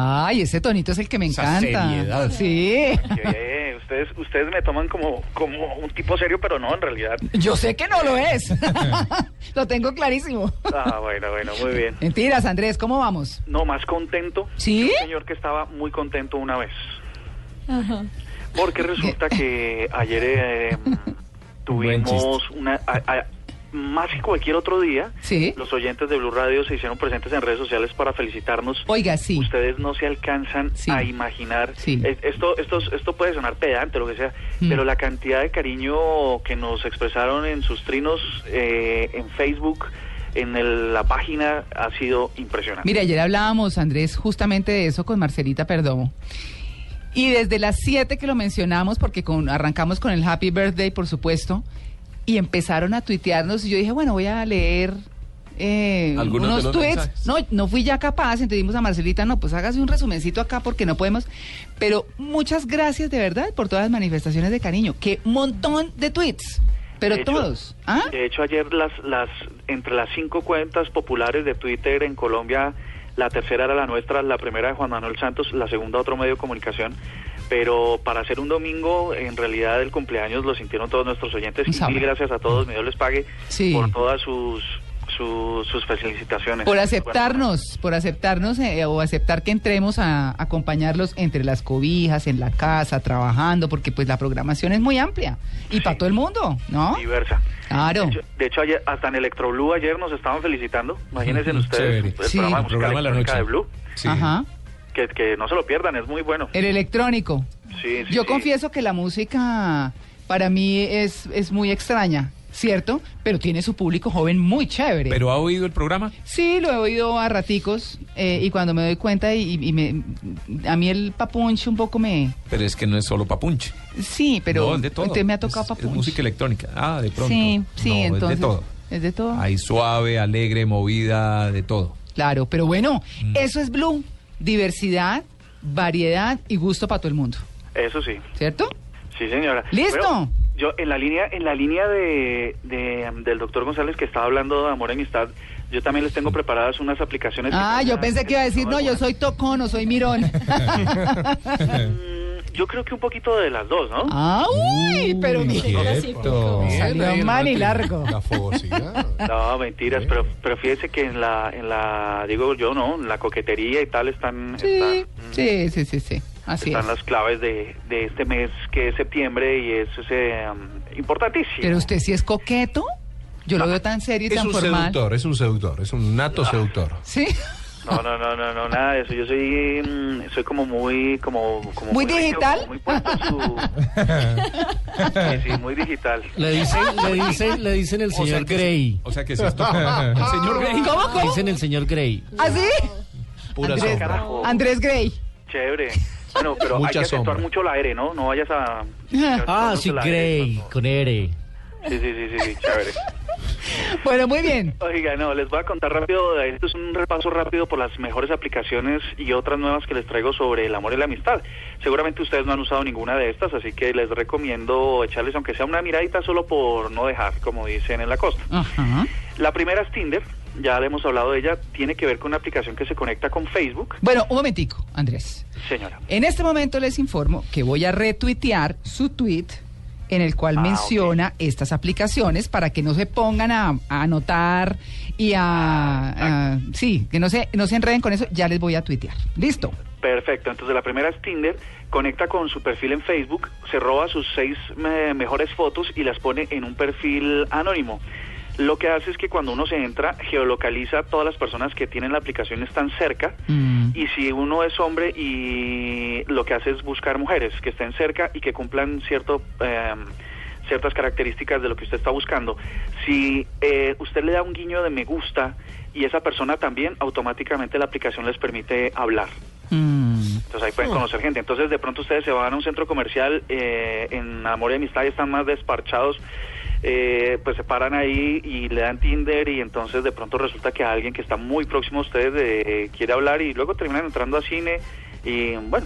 Ay, ese tonito es el que me Esa encanta. seriedad. Sí. Que, eh, ustedes, ustedes me toman como, como un tipo serio, pero no, en realidad. Yo sé que no lo es. lo tengo clarísimo. Ah, bueno, bueno, muy bien. Mentiras, Andrés, ¿cómo vamos? No, más contento. ¿Sí? que Un señor que estaba muy contento una vez. Porque resulta que ayer eh, tuvimos una... a- a- más que cualquier otro día, Sí. los oyentes de Blue Radio se hicieron presentes en redes sociales para felicitarnos. Oiga, sí. Ustedes no se alcanzan Sí. a imaginar. Sí. Es- Esto, esto, esto puede sonar pedante, lo que sea, Mm. pero la cantidad de cariño que nos expresaron en sus trinos, eh, en Facebook, en el- la página, ha sido impresionante. Mira, ayer hablábamos, Andrés, justamente de eso con Marcelita Perdomo. Y desde las 7 que lo mencionamos, porque con- arrancamos con el Happy Birthday, por supuesto, y empezaron a tuitearnos, y yo dije, bueno, voy a leer eh, Algunos de unos los tweets. mensajes. No, no fui ya capaz, entonces dijimos a Marcelita, no, pues hágase un resumencito acá porque no podemos. Pero muchas gracias de verdad por todas las manifestaciones de cariño. Qué montón de tweets, pero De hecho- todos. ¿Ah? De hecho, ayer las, las, entre las cinco cuentas populares de Twitter en Colombia, la tercera era la nuestra, la primera de Juan Manuel Santos, la segunda otro medio de comunicación. Pero para ser un domingo, en realidad el cumpleaños lo sintieron todos nuestros oyentes. Un Y sábado. mil gracias a todos, mi Dios les pague Sí. por todas sus, sus, sus felicitaciones. Por aceptarnos, por aceptarnos eh, o aceptar que entremos a acompañarlos entre las cobijas, en la casa, trabajando, porque pues la programación es muy amplia y para todo el mundo, ¿no? Bueno, diversa. Claro. De hecho, de hecho, ayer, hasta en Electroblue ayer nos estaban felicitando. Imagínense Ujú, ustedes chévere. el Sí. programa de El música programa de la electrónica noche. de Blue, Sí. Ajá. que, que no se lo pierdan, es muy bueno. El electrónico. Sí, sí, Yo sí. confieso que la música para mí es, es muy extraña, ¿cierto? Pero tiene su público joven muy chévere. ¿Pero ha oído el programa? Sí, lo he oído a raticos eh, y cuando me doy cuenta y, y me, a mí el papunche un poco me... Pero es que no es solo papunche. Sí, pero No, es de todo. entonces me ha tocado Es- es papunche. música electrónica. Ah, de pronto. Sí, sí, No, entonces. Es de todo. Es de todo. Hay suave, alegre, movida, de todo. Claro, pero bueno, Mm. eso es Blue. Diversidad, variedad y gusto para todo el mundo, Eso sí. ¿cierto? Sí, señora. ¿Listo? Bueno, yo en la línea, en la línea de, de- del doctor González que estaba hablando de amor y amistad, yo también les tengo preparadas unas aplicaciones. Ah, yo pensé que iba a decir, no, yo soy tocón o soy mirón. Mm, Yo creo que un poquito de las dos, ¿no? ah, uy, pero Uy, mire. quieto. Salió mal y largo. La fogosidad. No, mentiras, pero, pero fíjese que en la, en la, digo yo, ¿no? En la coquetería y tal están, Sí, están, mm, sí, sí, sí, sí. Así es. están las claves de, de este mes que es septiembre y es ese, mm, importantísimo. Pero usted sí es coqueto. Yo lo veo tan serio y Es tan un formal. seductor, es un seductor, es un nato seductor. Ah. Sí. No, no, no, no, no, nada de eso. Yo soy, mm, soy como muy, como, como ¿Muy recio, digital? como muy puesto en su- sí, sí, muy digital. Le dicen, le dicen, le dicen el señor que- Grey. O sea que sí es todo. El señor Grey. ¿Cómo, Le cómo? Dicen el señor Grey. ¿Así? Pura Andrés, sombra. Carajo. Andrés Grey. Chévere. Bueno, pero Mucha hay que acentuar sombra. mucho la R, ¿no? No vayas a... Ah, sí, la E, R, Grey, no. con R. Sí, sí, sí, sí, sí, chévere. Bueno, muy bien. Oiga, no, les voy a contar rápido, esto es un repaso rápido por las mejores aplicaciones y otras nuevas que les traigo sobre el amor y la amistad. Seguramente ustedes no han usado ninguna de estas, así que les recomiendo echarles aunque sea una miradita solo por no dejar, como dicen en la costa. Ajá. La primera es Tinder, ya le hemos hablado de ella, tiene que ver con una aplicación que se conecta con Facebook. Bueno, un momentico, Andrés. Señora. En este momento les informo que voy a retuitear su tweet en el cual Ah, menciona estas aplicaciones para que no se pongan a, a anotar y a, a- sí, que no se no se enreden con eso, ya les voy a tuitear. ¿Listo? Perfecto, entonces la primera es Tinder, conecta con su perfil en Facebook, se roba sus seis eh, mejores fotos y las pone en un perfil anónimo. Lo que hace es que cuando uno se entra, geolocaliza a todas las personas que tienen la aplicación están cerca. Mm. Y si uno es hombre y lo que hace es buscar mujeres que estén cerca y que cumplan cierto, eh, ciertas características de lo que usted está buscando. Si eh, usted le da un guiño de me gusta, y esa persona también automáticamente la aplicación les permite hablar. Mm. Entonces ahí Hmm. pueden conocer gente. Entonces de pronto ustedes se van a un centro comercial eh, en Amor y Amistad y están más desparchados. eh, pues se paran ahí y le dan Tinder y entonces de pronto resulta que alguien que está muy próximo a ustedes eh, quiere hablar y luego terminan entrando a cine y bueno,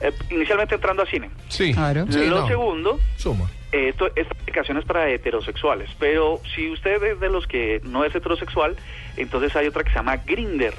eh, inicialmente entrando a cine. Sí. Claro. Sí, Lo no. segundo, Suma. eh, esto, esta aplicación es para heterosexuales, pero si usted es de los que no es heterosexual, entonces hay otra que se llama Grinder.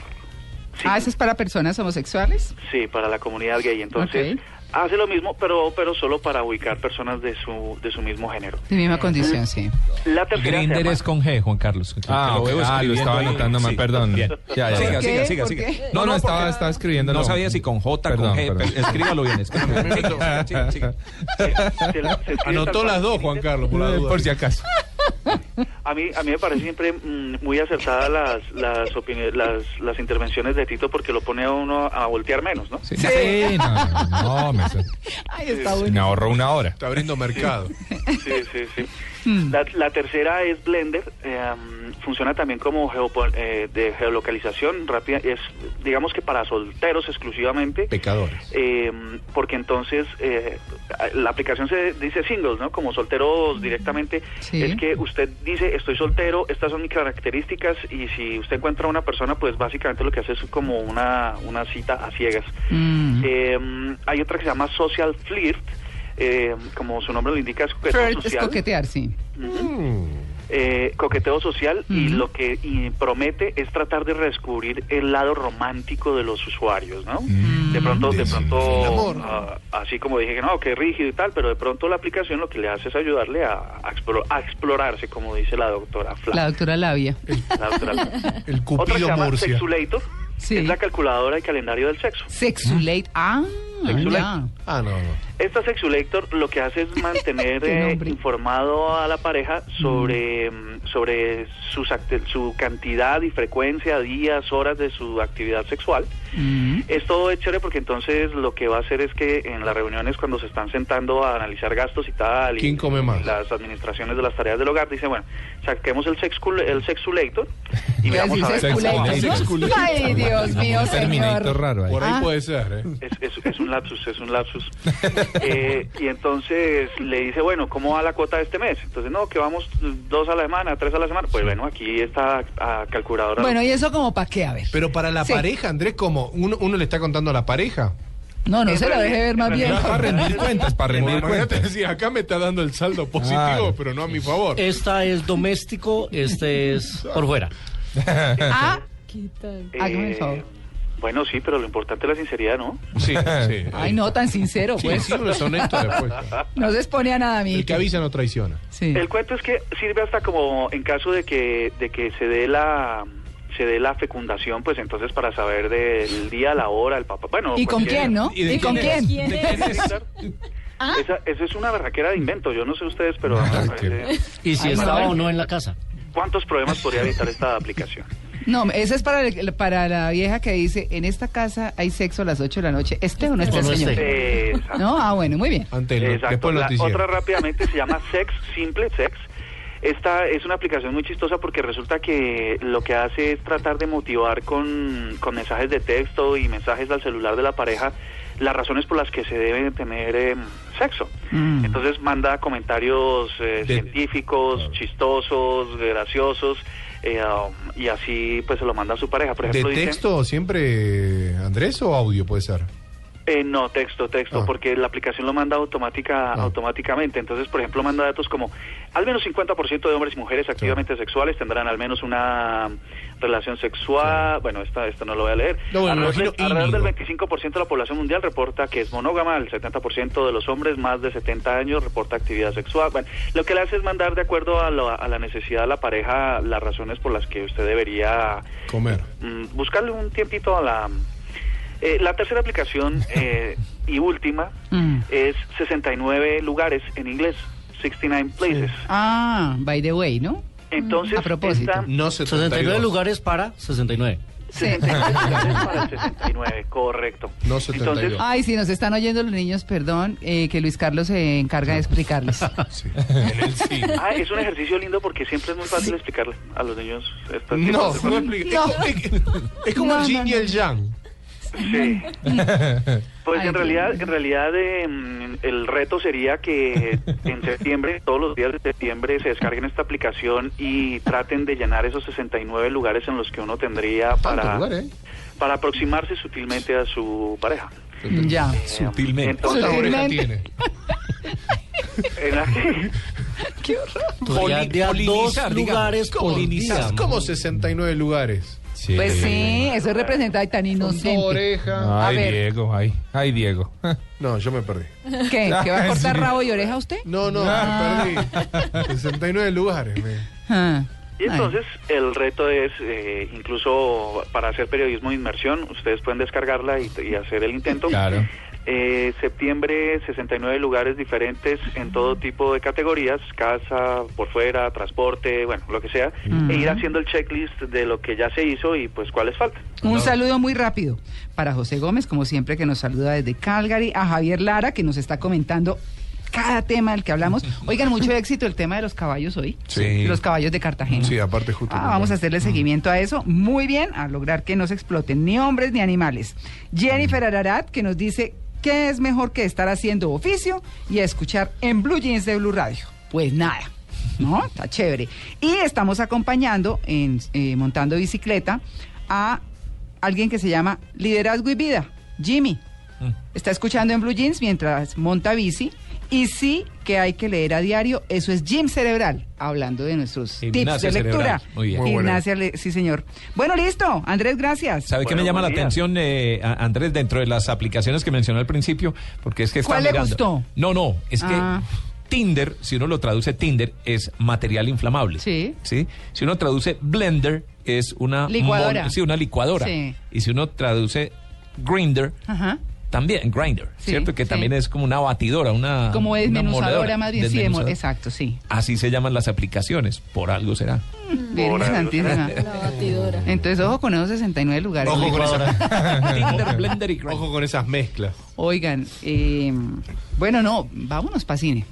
Ah, ¿eso es para personas homosexuales? Sí, para la comunidad gay. Entonces, Ok. hace lo mismo, pero pero solo para ubicar personas de su, de su mismo género. De misma condición, sí. La tercera se Grinder llama- es con G, Juan Carlos. Ah, Lo ok. veo Ah, lo escribiendo estaba ahí. anotando mal, Sí. perdón. Bien. Ya, ya. Siga, ¿Por qué? siga, siga, ¿Por siga. qué? No, no, porque- estaba, estaba escribiéndolo. No sabía si con J o con Perdón, G. perdón. pero Escríbalo bien, escríbalo bien. Siga, siga, siga. se- se escribe Anotó tal las cual, dos, Juan Grinder. Carlos, por la duda. Por si acaso. A mí, a mí me parece siempre mm, muy acertadas las, las, opini- las, las intervenciones de Tito porque lo pone a uno a voltear menos, ¿no? Sí, no, no, no, me, Ay, está me bueno. ahorró una hora. Está abriendo mercado. Sí, sí, sí. La, la tercera es Blender. eh, um, funciona también como geopo- eh, de geolocalización rápida. Es, digamos que para solteros exclusivamente. Pecadores. Eh, porque entonces eh, la aplicación se dice singles, ¿no? Como solteros directamente. Sí. Es que usted dice, estoy soltero, estas son mis características y si usted encuentra a una persona, pues básicamente lo que hace es como una, una cita a ciegas. Mm. Eh, hay otra que se llama Social Flirt. eh, como su nombre lo indica, es coqueteo Flirt es social. coquetear, sí. eh, coqueteo social y Ujú. lo que y promete es tratar de redescubrir el lado romántico de los usuarios, ¿no? Mm. De pronto, de el pronto, amor. ah, así como dije que no, que rígido y tal, pero de pronto la aplicación lo que le hace es ayudarle a, a explo- a explorarse, como dice la doctora Fla. La doctora Labia. la doctora Fla. El Otra que se cupido llama Murcia. Sexulator, Sí. es la calculadora y calendario del sexo. Sexulate. Ah, Sexulate. ya. Ah, no, no. Esta Sexulector lo que hace es mantener Qué eh, nombre. informado a la pareja sobre, mm, sobre sus acti- su cantidad y frecuencia, días, horas de su actividad sexual. Mm. Esto es chévere porque entonces lo que va a hacer es que en las reuniones cuando se están sentando a analizar gastos y tal, y ¿Quién come más? las administraciones de las tareas del hogar dicen, bueno, saquemos el, sexcul el Sexulator y Iba a miramos decir a ver sexulator. cómo va. Sexulator. sexulator. Ay, Dios mío, Un Terminator señor. raro ahí. Por ahí Ah. puede ser, ¿eh? Es, es- es un lapsus, es un lapsus. Eh, y entonces le dice, bueno, ¿cómo va la cuota de este mes? Entonces, no, que vamos dos a la semana, tres a la semana. Pues bueno, aquí está a calculadora. Bueno, ¿y eso como para qué? A ver. Pero para la Sí. pareja, Andrés, como uno, uno le está contando a la pareja. No, no En se lo deje realidad- ver más en bien. realidad- Ah, Para rendir cuentas, para rendir Imagínate cuentas. decir, acá me está dando el saldo positivo, Claro. pero no a mi favor. Eh, Esta es doméstico, este es por fuera. Ah, ¿Qué tal? Eh, hágame el favor. Bueno, sí, pero lo importante es la sinceridad, ¿no? Sí, sí. Ay, no, tan sincero, Sí, pues. sí, uno es honesto después. Ah. No se expone a nada, mi. El que avisa no traiciona. Sí. El cuento es que sirve hasta como en caso de que, de que se dé la se dé la fecundación, pues entonces para saber del día, la hora, el papá. Bueno, ¿Y con cualquier- quién, no? Ah. ¿Y, con quién? ¿Quién es? Esa, eso es una barraquera de invento, yo no sé ustedes, pero... a mí me Ay, qué- parece- Y si Ay, estaba no. o no en la casa. ¿Cuántos problemas podría evitar esta aplicación? No, ese es para, el- para la vieja que dice, en esta casa hay sexo a las 8 de la noche. ¿Este o no este O no señor? este. Exacto. No, ah, bueno, muy bien. Ante el, Exacto. después del La noticiero. otra rápidamente se llama Sex Simple Sex. Esta es una aplicación muy chistosa porque resulta que lo que hace es tratar de motivar con, con mensajes de texto y mensajes al celular de la pareja las razones por las que se debe tener em, sexo. Mm. Entonces manda comentarios eh, De- científicos, chistosos, graciosos eh, um, y así pues se lo manda a su pareja. Por ¿De ejemplo, dice- texto siempre, Andrés, o audio puede ser? Eh, no, texto, texto, Ah. porque la aplicación lo manda automática, Ah. automáticamente. Entonces, por ejemplo, manda datos como al menos 50% de hombres y mujeres activamente sexuales tendrán al menos una relación sexual. Bueno, esta, esto no lo voy a leer. No, bueno, me alrededor, de- imagino alrededor del ínigo. 25% de la población mundial reporta que es monógama. El 70% de los hombres más de 70 años reporta actividad sexual. Bueno, lo que le hace es mandar de acuerdo a, lo- a la necesidad de la pareja las razones por las que usted debería Comer. mm, buscarle un tiempito a la... Eh, la tercera aplicación eh, y última Mm. es 69 lugares en inglés, 69 places. Ah, by the way, ¿no? Entonces, A propósito. Mm. esta- No 69 72. lugares para 69. Sí. 63 para el 69, correcto. No, 72. Entonces, Ay, si nos están oyendo los niños, perdón, eh, que Luis Carlos se encarga de explicarles. Sí. En el sí. ah, es un ejercicio lindo porque siempre es muy fácil explicarle a los niños. estas No, cosas. no explica. Es como- Es como No, el yin no, y el yang. Sí. Pues Ay, en realidad, en realidad eh, mm, el reto sería que en septiembre, todos los días de septiembre, se descarguen esta aplicación y traten de llenar esos 69 lugares en los que uno tendría Tanto para, lugar, ¿eh? para aproximarse sutilmente a su pareja. Em, ya. Sutilmente. ¿Cuánta Entonces, oreja Sutilmente. tiene? en la- Podría de a dos lugares por día. Es como 69 lugares. Pues sí, eso representa a tan inocente. Oreja. A Ay, ver. Diego, ay, ay, Diego. No, yo me perdí. ¿Qué? ¿Que va a Sí. cortar rabo y oreja usted? No, no, me perdí. 69 lugares. me- Ah. Y entonces el reto es, eh, incluso para hacer periodismo de inmersión, ustedes pueden descargarla y, y hacer el intento. Claro. Eh, septiembre, 69 lugares diferentes en todo tipo de categorías, casa, por fuera, transporte, bueno, lo que sea, e ir haciendo el checklist de lo que ya se hizo y pues cuáles faltan. Un saludo muy rápido para José Gómez, como siempre, que nos saluda desde Calgary, a Javier Lara, que nos está comentando cada tema del que hablamos. Oigan, mucho éxito el tema de los caballos hoy. Sí. Los caballos de Cartagena. Sí, aparte justo. Ah, vamos a hacerle seguimiento a eso. Muy bien, a lograr que no se exploten ni hombres ni animales. Jennifer Ararat, que nos dice, ¿qué es mejor que estar haciendo oficio y escuchar en Blue Jeans de Blue Radio? Pues nada. ¿No? Está chévere. Y estamos acompañando en eh, montando bicicleta a alguien que se llama Liderazgo y Vida, Jimmy. Está escuchando en Blue Jeans mientras monta bici. Y sí que hay que leer a diario, eso es gym cerebral, hablando de nuestros tips Gimnasia de lectura. cerebral, muy bien. Muy bueno. Gimnasia, le- sí señor. Bueno, listo. Andrés, gracias. ¿Sabe qué Bueno, me llama la buen día. atención, eh, a- Andrés, dentro de las aplicaciones que mencionó al principio? Porque es que está ¿Cuál le mirando- gustó? No, no, es Ah. que Tinder, si uno lo traduce Tinder, es material inflamable. Sí. Si uno traduce Blender, es una... Licuadora. mon- Sí, una licuadora. Sí. Y si uno traduce Grinder, Ajá. también Grinder, Sí, ¿cierto? Que sí. también es como una batidora, una... Como Ah, una desmenuzadora moledora, más bien. Sí, de mo- desmenuzadora. exacto, sí. Así se llaman las aplicaciones, por algo será. Virgen Por algo Santísima. será. La batidora. Entonces, ojo con esos 69 lugares. Ojo con, esas, Tinder, Blender y Grindr. ojo con esas mezclas. Oigan, eh, bueno, no, vámonos para cine.